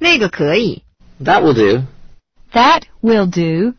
这个可以。 That will do. That will do.